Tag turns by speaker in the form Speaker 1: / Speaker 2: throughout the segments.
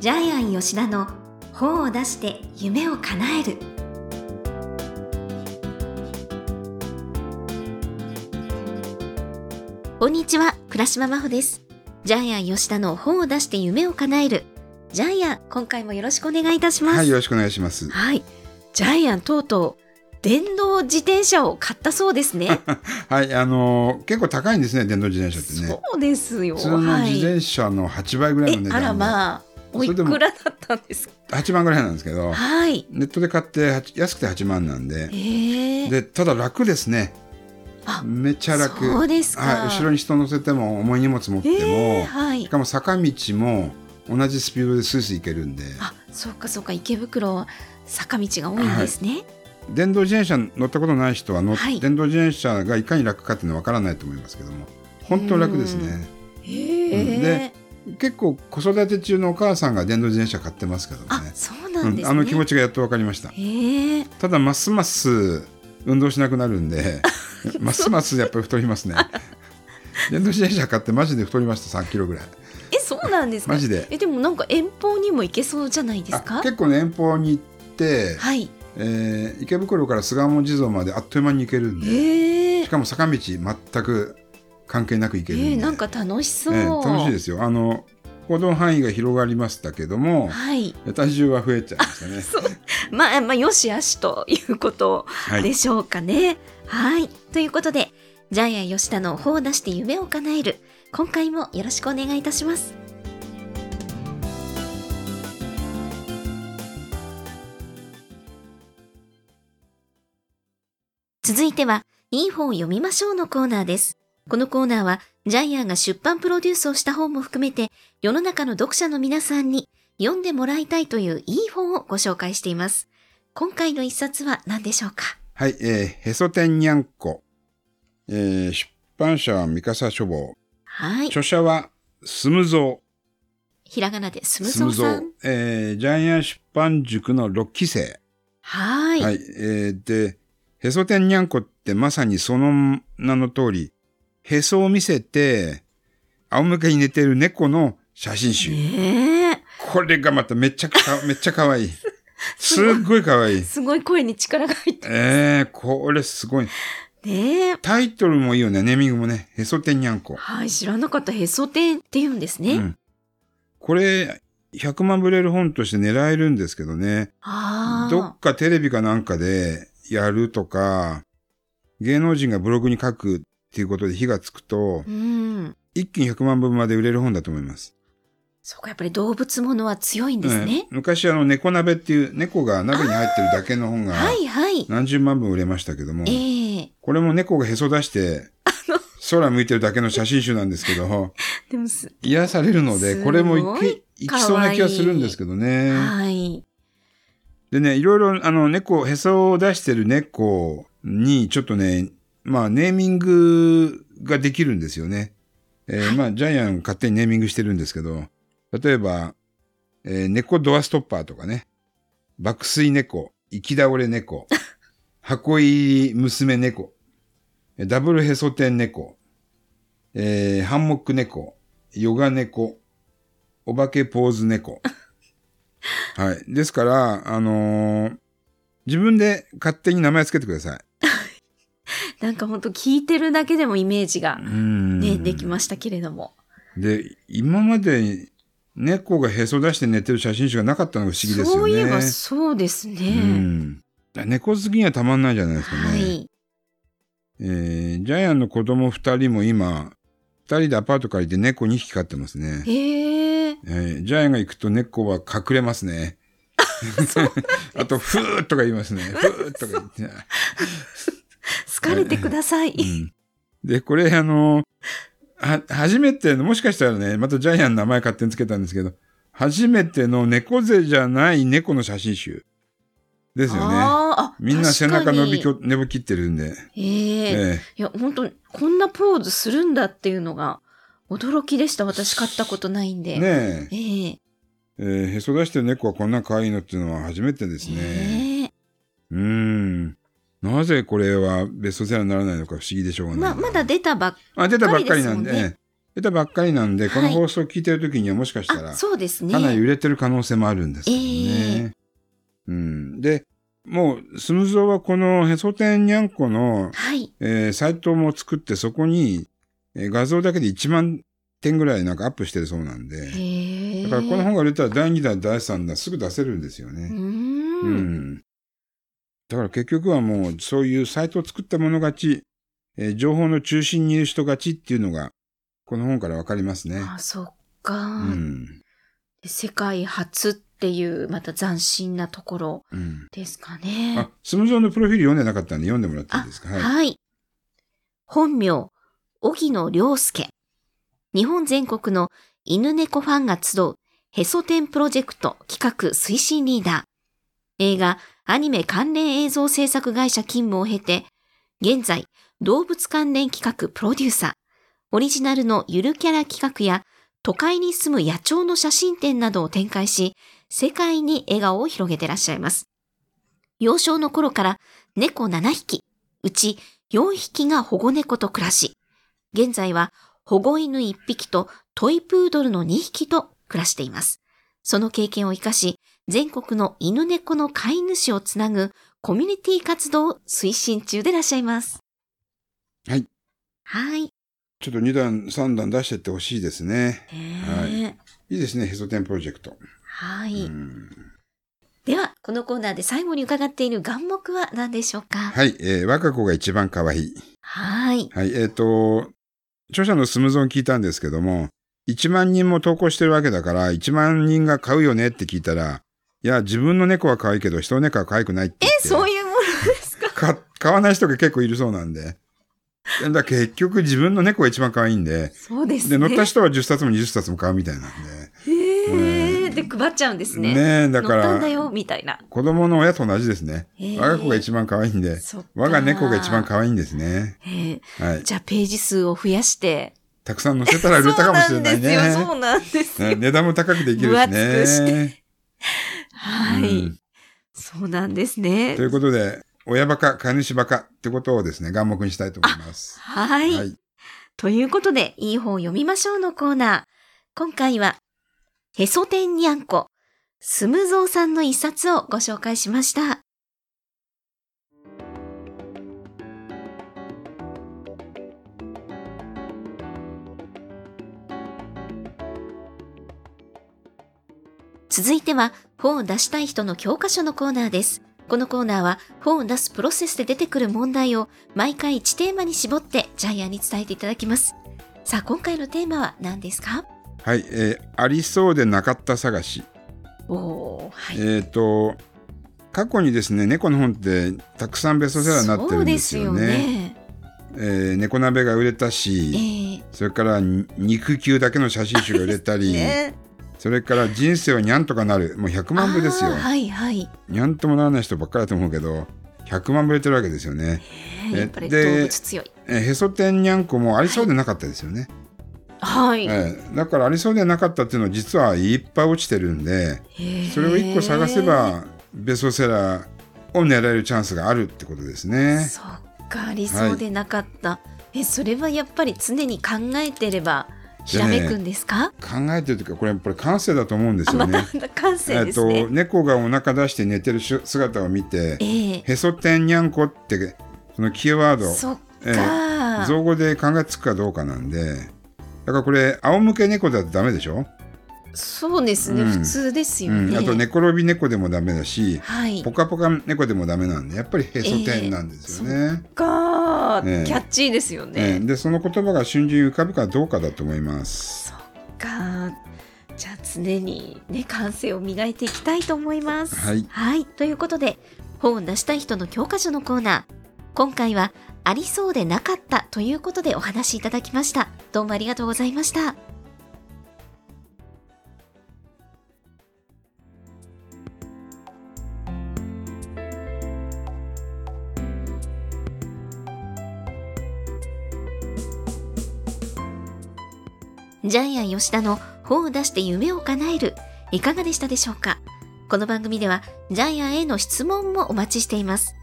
Speaker 1: ジャイアン吉田の本を出して夢を叶えるこんにちは倉島真帆ですジャイアン吉田の本を出して夢を叶えるジャイアン今回もよろしくお願いいたします
Speaker 2: はい、よろしくお願いします。
Speaker 1: はいジャイアンとうとう電動自転車を買ったそうですね
Speaker 2: はい、あのー結構高いんですね、電動自転車ってね。
Speaker 1: そうですよ
Speaker 2: 普通の自転車の8倍ぐら
Speaker 1: はいい
Speaker 2: の
Speaker 1: え
Speaker 2: 値
Speaker 1: あら
Speaker 2: 段で、
Speaker 1: まあおい
Speaker 2: それでも
Speaker 1: くらだったんですか
Speaker 2: 8万ぐらいなんですけど、
Speaker 1: はい
Speaker 2: ネットで買ってはち安くて8万なんで、
Speaker 1: ええ
Speaker 2: でただ楽ですね
Speaker 1: あ。
Speaker 2: めっちゃ楽。
Speaker 1: そうですか、
Speaker 2: はい、後ろに人乗せても重い荷物持っても、
Speaker 1: ええはい
Speaker 2: しかも坂道も同じスピードでスイスイ行けるんで、
Speaker 1: あそうかそうか池袋は坂道が多いんですね、
Speaker 2: 電動自転車乗ったことない人は乗っ、
Speaker 1: はい
Speaker 2: 電動自転車がいかに楽かっていうのはわからないと思いますけども、本当楽ですね。
Speaker 1: へえ、
Speaker 2: うんで結構子育て中のお母さんが電動自転車買ってますけど
Speaker 1: あ
Speaker 2: ね
Speaker 1: そうなんですね、
Speaker 2: うんあの気持ちがやっと分かりました
Speaker 1: へえ
Speaker 2: ただますます運動しなくなるんで ますますやっぱり太りますね電動自転車買ってマジで太りました3キロぐらい
Speaker 1: えそうなんですか
Speaker 2: マジで
Speaker 1: えでもなんか遠方にも行けそうじゃないです
Speaker 2: あ
Speaker 1: か
Speaker 2: 結構ね遠方に行って、
Speaker 1: はい
Speaker 2: えー池袋から菅鴨地蔵まであっという間に行けるんで
Speaker 1: へえ
Speaker 2: しかも坂道全く関係なく行け
Speaker 1: え
Speaker 2: る
Speaker 1: ー
Speaker 2: んで、
Speaker 1: なんか楽しそう、
Speaker 2: ええ楽しいですよあの行動範囲が広がりましたけども
Speaker 1: はい
Speaker 2: 体重は増えちゃいま したね
Speaker 1: まあまあよしあしということ
Speaker 2: はい
Speaker 1: でしょうかねはいということでジャイアン吉田の本を出して夢を叶える今回もよろしくお願いいたします続いては、いい本を読みましょうのコーナーです。このコーナーは、ジャイアンが出版プロデュースをした本も含めて、世の中の読者の皆さんに読んでもらいたいといういい本をご紹介しています。今回の一冊は何でしょうか
Speaker 2: はい、えー、へそ天にゃんこ。えー出版社は三笠書房。
Speaker 1: はい。
Speaker 2: 著者はスムゾ
Speaker 1: ひらがなでス
Speaker 2: ウ。
Speaker 1: ムソウさん。
Speaker 2: えージャイアン出版塾の6期生。
Speaker 1: はい。
Speaker 2: はい、えーで、へそ天にゃんこってまさにその名の通り、へそを見せて、仰向けに寝てる猫の写真集。
Speaker 1: ねえ
Speaker 2: これがまためっちゃか、めっちゃ可愛い。すっごい可愛 い。
Speaker 1: すごい声に力が入って。
Speaker 2: えー、これすごい。
Speaker 1: ねえ。
Speaker 2: タイトルもいいよね、ネーミングもね。へそ天にゃんこ。
Speaker 1: はい、知らなかった。へそ天って言うんですね。
Speaker 2: うん、これ100万ブレる本として狙えるんですけどね
Speaker 1: あ
Speaker 2: どっ
Speaker 1: あ。
Speaker 2: かテレビかなんかでやるとか芸能人がブログに書くっていうことで火がつくと
Speaker 1: うん。
Speaker 2: 一気に100万部まで売れる本だと思います。
Speaker 1: そこやっぱり動物ものは強いんですね
Speaker 2: ええ。昔あの猫鍋っていう猫が鍋に入ってるだけの本が
Speaker 1: はいはい。
Speaker 2: 何十万部売れましたけども、
Speaker 1: ええ
Speaker 2: これも猫がへそ出して空向いてるだけの写真集なんですけど
Speaker 1: でもす、
Speaker 2: 癒されるのです
Speaker 1: ごい
Speaker 2: これもいけいきそうな気がするんですけどね。
Speaker 1: はい。
Speaker 2: でね、いろいろ、あの、猫、へそを出してる猫に、ちょっとね、まあ、ネーミングができるんですよね。えーまあ、ジャイアン勝手にネーミングしてるんですけど、例えば、えー猫ドアストッパーとかね、爆睡猫、行き倒れ猫、箱入り娘猫、えーダブルへそ天猫、えーハンモック猫、ヨガ猫、お化けポーズ猫。はい。ですから、あのー自分で勝手に名前つけてください。
Speaker 1: なんか本当聞いてるだけでもイメージが
Speaker 2: うーん
Speaker 1: ね、できましたけれども。
Speaker 2: で、今まで猫がへそ出して寝てる写真集がなかったのが不思議ですよね。
Speaker 1: そういえばそうです
Speaker 2: う
Speaker 1: ね。
Speaker 2: ん。猫好きにはたまんないじゃないですかね。
Speaker 1: はい。
Speaker 2: えージャイアンの子供二人も今、二人でアパート借りて猫二匹飼ってますね。
Speaker 1: ええ
Speaker 2: えージャイアンが行くと猫は隠れま すね。 あと、ふーっとか言いますね。ふーっとか言って。
Speaker 1: 疲れてください。
Speaker 2: うんで、これ、あの、は、初めての、もしかしたらね、またジャイアンの名前勝手につけたんですけど、初めての猫背じゃない猫の写真集ですよね。
Speaker 1: あーあ、
Speaker 2: みんな背中伸びき
Speaker 1: 確か
Speaker 2: ょ伸びきってるんで。
Speaker 1: にええ
Speaker 2: ええ
Speaker 1: いや、本当こんなポーズするんだっていうのが驚きでした。私買ったことないんで。
Speaker 2: ね
Speaker 1: ええ
Speaker 2: ええーへそ出してる猫はこんな可愛いのっていうのは初めてですね。
Speaker 1: ええ
Speaker 2: うーん。なぜこれはベストセラーにならないのか不思議でしょうがない。
Speaker 1: ままだ出たばっ
Speaker 2: あ出たばっかりなんで、
Speaker 1: ばっかりですもんね
Speaker 2: ええ出たばっかりなんで、この
Speaker 1: はい
Speaker 2: 放送を聞いてる時にはもしかしたら、
Speaker 1: あ、そうですね。
Speaker 2: かなり売れてる可能性もあるんですよね。うん、で、もう、スムゾーはこのへそ天にゃんこの、
Speaker 1: はい。
Speaker 2: えーサイトも作って、そこに、えー画像だけで1万点ぐらいなんかアップしてるそうなんで、
Speaker 1: へえ。
Speaker 2: だからこの本が売れたら第2弾、第3弾すぐ出せるんですよね。
Speaker 1: うー。
Speaker 2: うんん。だから結局はもうそういうサイトを作った者勝ち、えー情報の中心にいる人勝ちっていうのが、この本からわかりますね。
Speaker 1: あ、そっか、
Speaker 2: うん。
Speaker 1: で世界初っていう、また斬新なところ
Speaker 2: うん。
Speaker 1: ですかね。
Speaker 2: あ、スムゾーのプロフィール読んでなかったんで読んでもらっていいですか。はい。
Speaker 1: はい。本名、荻野良介。日本全国の犬猫ファンが集うへそ天プロジェクト企画推進リーダー。映画、アニメ関連映像制作会社勤務を経て、現在、動物関連企画プロデューサー、オリジナルのゆるキャラ企画や、都会に住む野鳥の写真展などを展開し、世界に笑顔を広げてらっしゃいます。幼少の頃から猫7匹、うち4匹が保護猫と暮らし、現在は保護犬1匹とトイプードルの2匹と暮らしています。その経験を生かし、全国の犬猫の飼い主をつなぐコミュニティ活動を推進中でいらっしゃいます。
Speaker 2: はい。
Speaker 1: はい。
Speaker 2: ちょっと2弾、3弾出してってほしいですね。
Speaker 1: ねえ
Speaker 2: いいですね、ヘソテンプロジェクト。
Speaker 1: はい。
Speaker 2: うん
Speaker 1: では、このコーナーで最後に伺っている眼目は何でしょうか
Speaker 2: はい、えー、我が子が一番可愛い。
Speaker 1: はい。
Speaker 2: はい、えっ、と、著者のスムゾン聞いたんですけども、1万人も投稿してるわけだから、1万人が買うよねって聞いたら、いや、自分の猫は可愛いけど、人の猫は可愛くないって言って。
Speaker 1: え、そういうものですか
Speaker 2: か買わない人が結構いるそうなんで。だから結局自分の猫が一番可愛いんで、
Speaker 1: そうです
Speaker 2: で、
Speaker 1: ね。
Speaker 2: 乗った人は10冊も20冊も買うみたいなんで。
Speaker 1: へえ、で配っちゃうんですね。
Speaker 2: ねえ、だか
Speaker 1: 乗ったんだ
Speaker 2: ら、
Speaker 1: よみたいな。
Speaker 2: 子供の親と同じですね。
Speaker 1: へえ
Speaker 2: 我が子が一番可愛いんで、
Speaker 1: そっか
Speaker 2: 我が猫が一番可愛いんですね。
Speaker 1: へえ
Speaker 2: はい。
Speaker 1: じゃあページ数を増やして。
Speaker 2: たくさん載せたら売れたかもしれないね。
Speaker 1: そうなんですよ、そうなんですよ。
Speaker 2: ね値段も高くできるしね。
Speaker 1: 分厚くして
Speaker 2: う
Speaker 1: はい、
Speaker 2: ん
Speaker 1: そうなんですね
Speaker 2: とい。うことで、親バカ、飼い主バカってことをですね、眼目にしたいと思います。
Speaker 1: はい、
Speaker 2: はい
Speaker 1: ということで、いい本を読みましょうのコーナー。今回は、へそ天にゃんこ、スムゾウさんの一冊をご紹介しました。続いては、本を出したい人の教科書のコーナーです。このコーナーは、本を出すプロセスで出てくる問題を、毎回1テーマに絞って、ジャイアンに伝えていただきます。さあ、今回のテーマは何ですか
Speaker 2: はい、えーありそうでなかった探し。
Speaker 1: おー、はい。
Speaker 2: えっ、と、過去にですね、猫の本ってたくさんベストセラーになってるんですよ
Speaker 1: そう
Speaker 2: ね。
Speaker 1: ね
Speaker 2: えー猫鍋が売れた
Speaker 1: え
Speaker 2: し、
Speaker 1: え
Speaker 2: それからに肉球だけの写真集が売れた り、
Speaker 1: ね
Speaker 2: それから人生はにゃんとかなる、もう100万部ですよ
Speaker 1: あー。はいはい。
Speaker 2: にゃんともならない人ばっかりだと思うけど、100万部売れてるわけですよね。
Speaker 1: ええ
Speaker 2: え
Speaker 1: やっぱり動
Speaker 2: で
Speaker 1: 物強い。
Speaker 2: えーへそ天にゃんこもありそうでなかったですよね、
Speaker 1: はい。
Speaker 2: えーだからありそうでなかったっていうのは実はいっぱい落ちてるんで
Speaker 1: へえ
Speaker 2: それを1個探せ。ばベストセラーを狙えるチャンスがあるってことですね
Speaker 1: そっか、ありそうでなかった。え、それはやっぱり常に考えてれば、ひらめくんですか、
Speaker 2: 考えてるというかこれこれ感性だと思うんです
Speaker 1: あ、
Speaker 2: よ
Speaker 1: また
Speaker 2: ね
Speaker 1: 感性
Speaker 2: え
Speaker 1: で
Speaker 2: っ
Speaker 1: すね
Speaker 2: と。猫がお腹出して寝てるし姿を見て
Speaker 1: ええ
Speaker 2: へそ天にゃんこってそのキーワード
Speaker 1: そっか、
Speaker 2: ええ造語で考えつくかどうかなんでだからこれ仰向け猫だとダメでしょ、
Speaker 1: そうですね、
Speaker 2: うん
Speaker 1: 普通ですよ
Speaker 2: う
Speaker 1: ね。
Speaker 2: ん、あと寝転び猫でもダメだし、
Speaker 1: はい。
Speaker 2: ポカポカ猫でもダメなんでやっぱりへそ天なんですよね。
Speaker 1: か、
Speaker 2: ええ
Speaker 1: キャッチーですよ
Speaker 2: ええ
Speaker 1: ね。
Speaker 2: でその言葉が瞬時に浮かぶかどうかだと思います。
Speaker 1: かじゃあ常にね感性を磨いていきたいと思います。
Speaker 2: はい
Speaker 1: ということで本を出したい人の教科書のコーナー今回は「ありそうでなかった」ということでお話しいただきましたどうもありがとうございました。ジャイアン吉田の本を出して夢を叶えるいかがでしたでしょうかこの番組ではジャイアンへの質問もお待ちしています。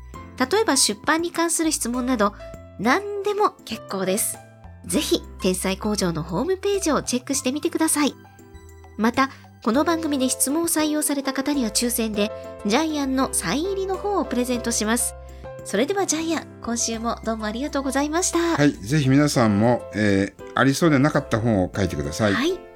Speaker 1: 例えば出版に関する質問など何でも結構です。ぜひ、天才工場のホームページをチェックしてみてください。また、この番組で質問を採用された方には抽選で、ジャイアンのサイン入りの本をプレゼントします。それではジャイアン、今週もどうもありがとうございました。
Speaker 2: はい。ぜひ皆さんも、えーありそうでなかった本を書いてください。
Speaker 1: はい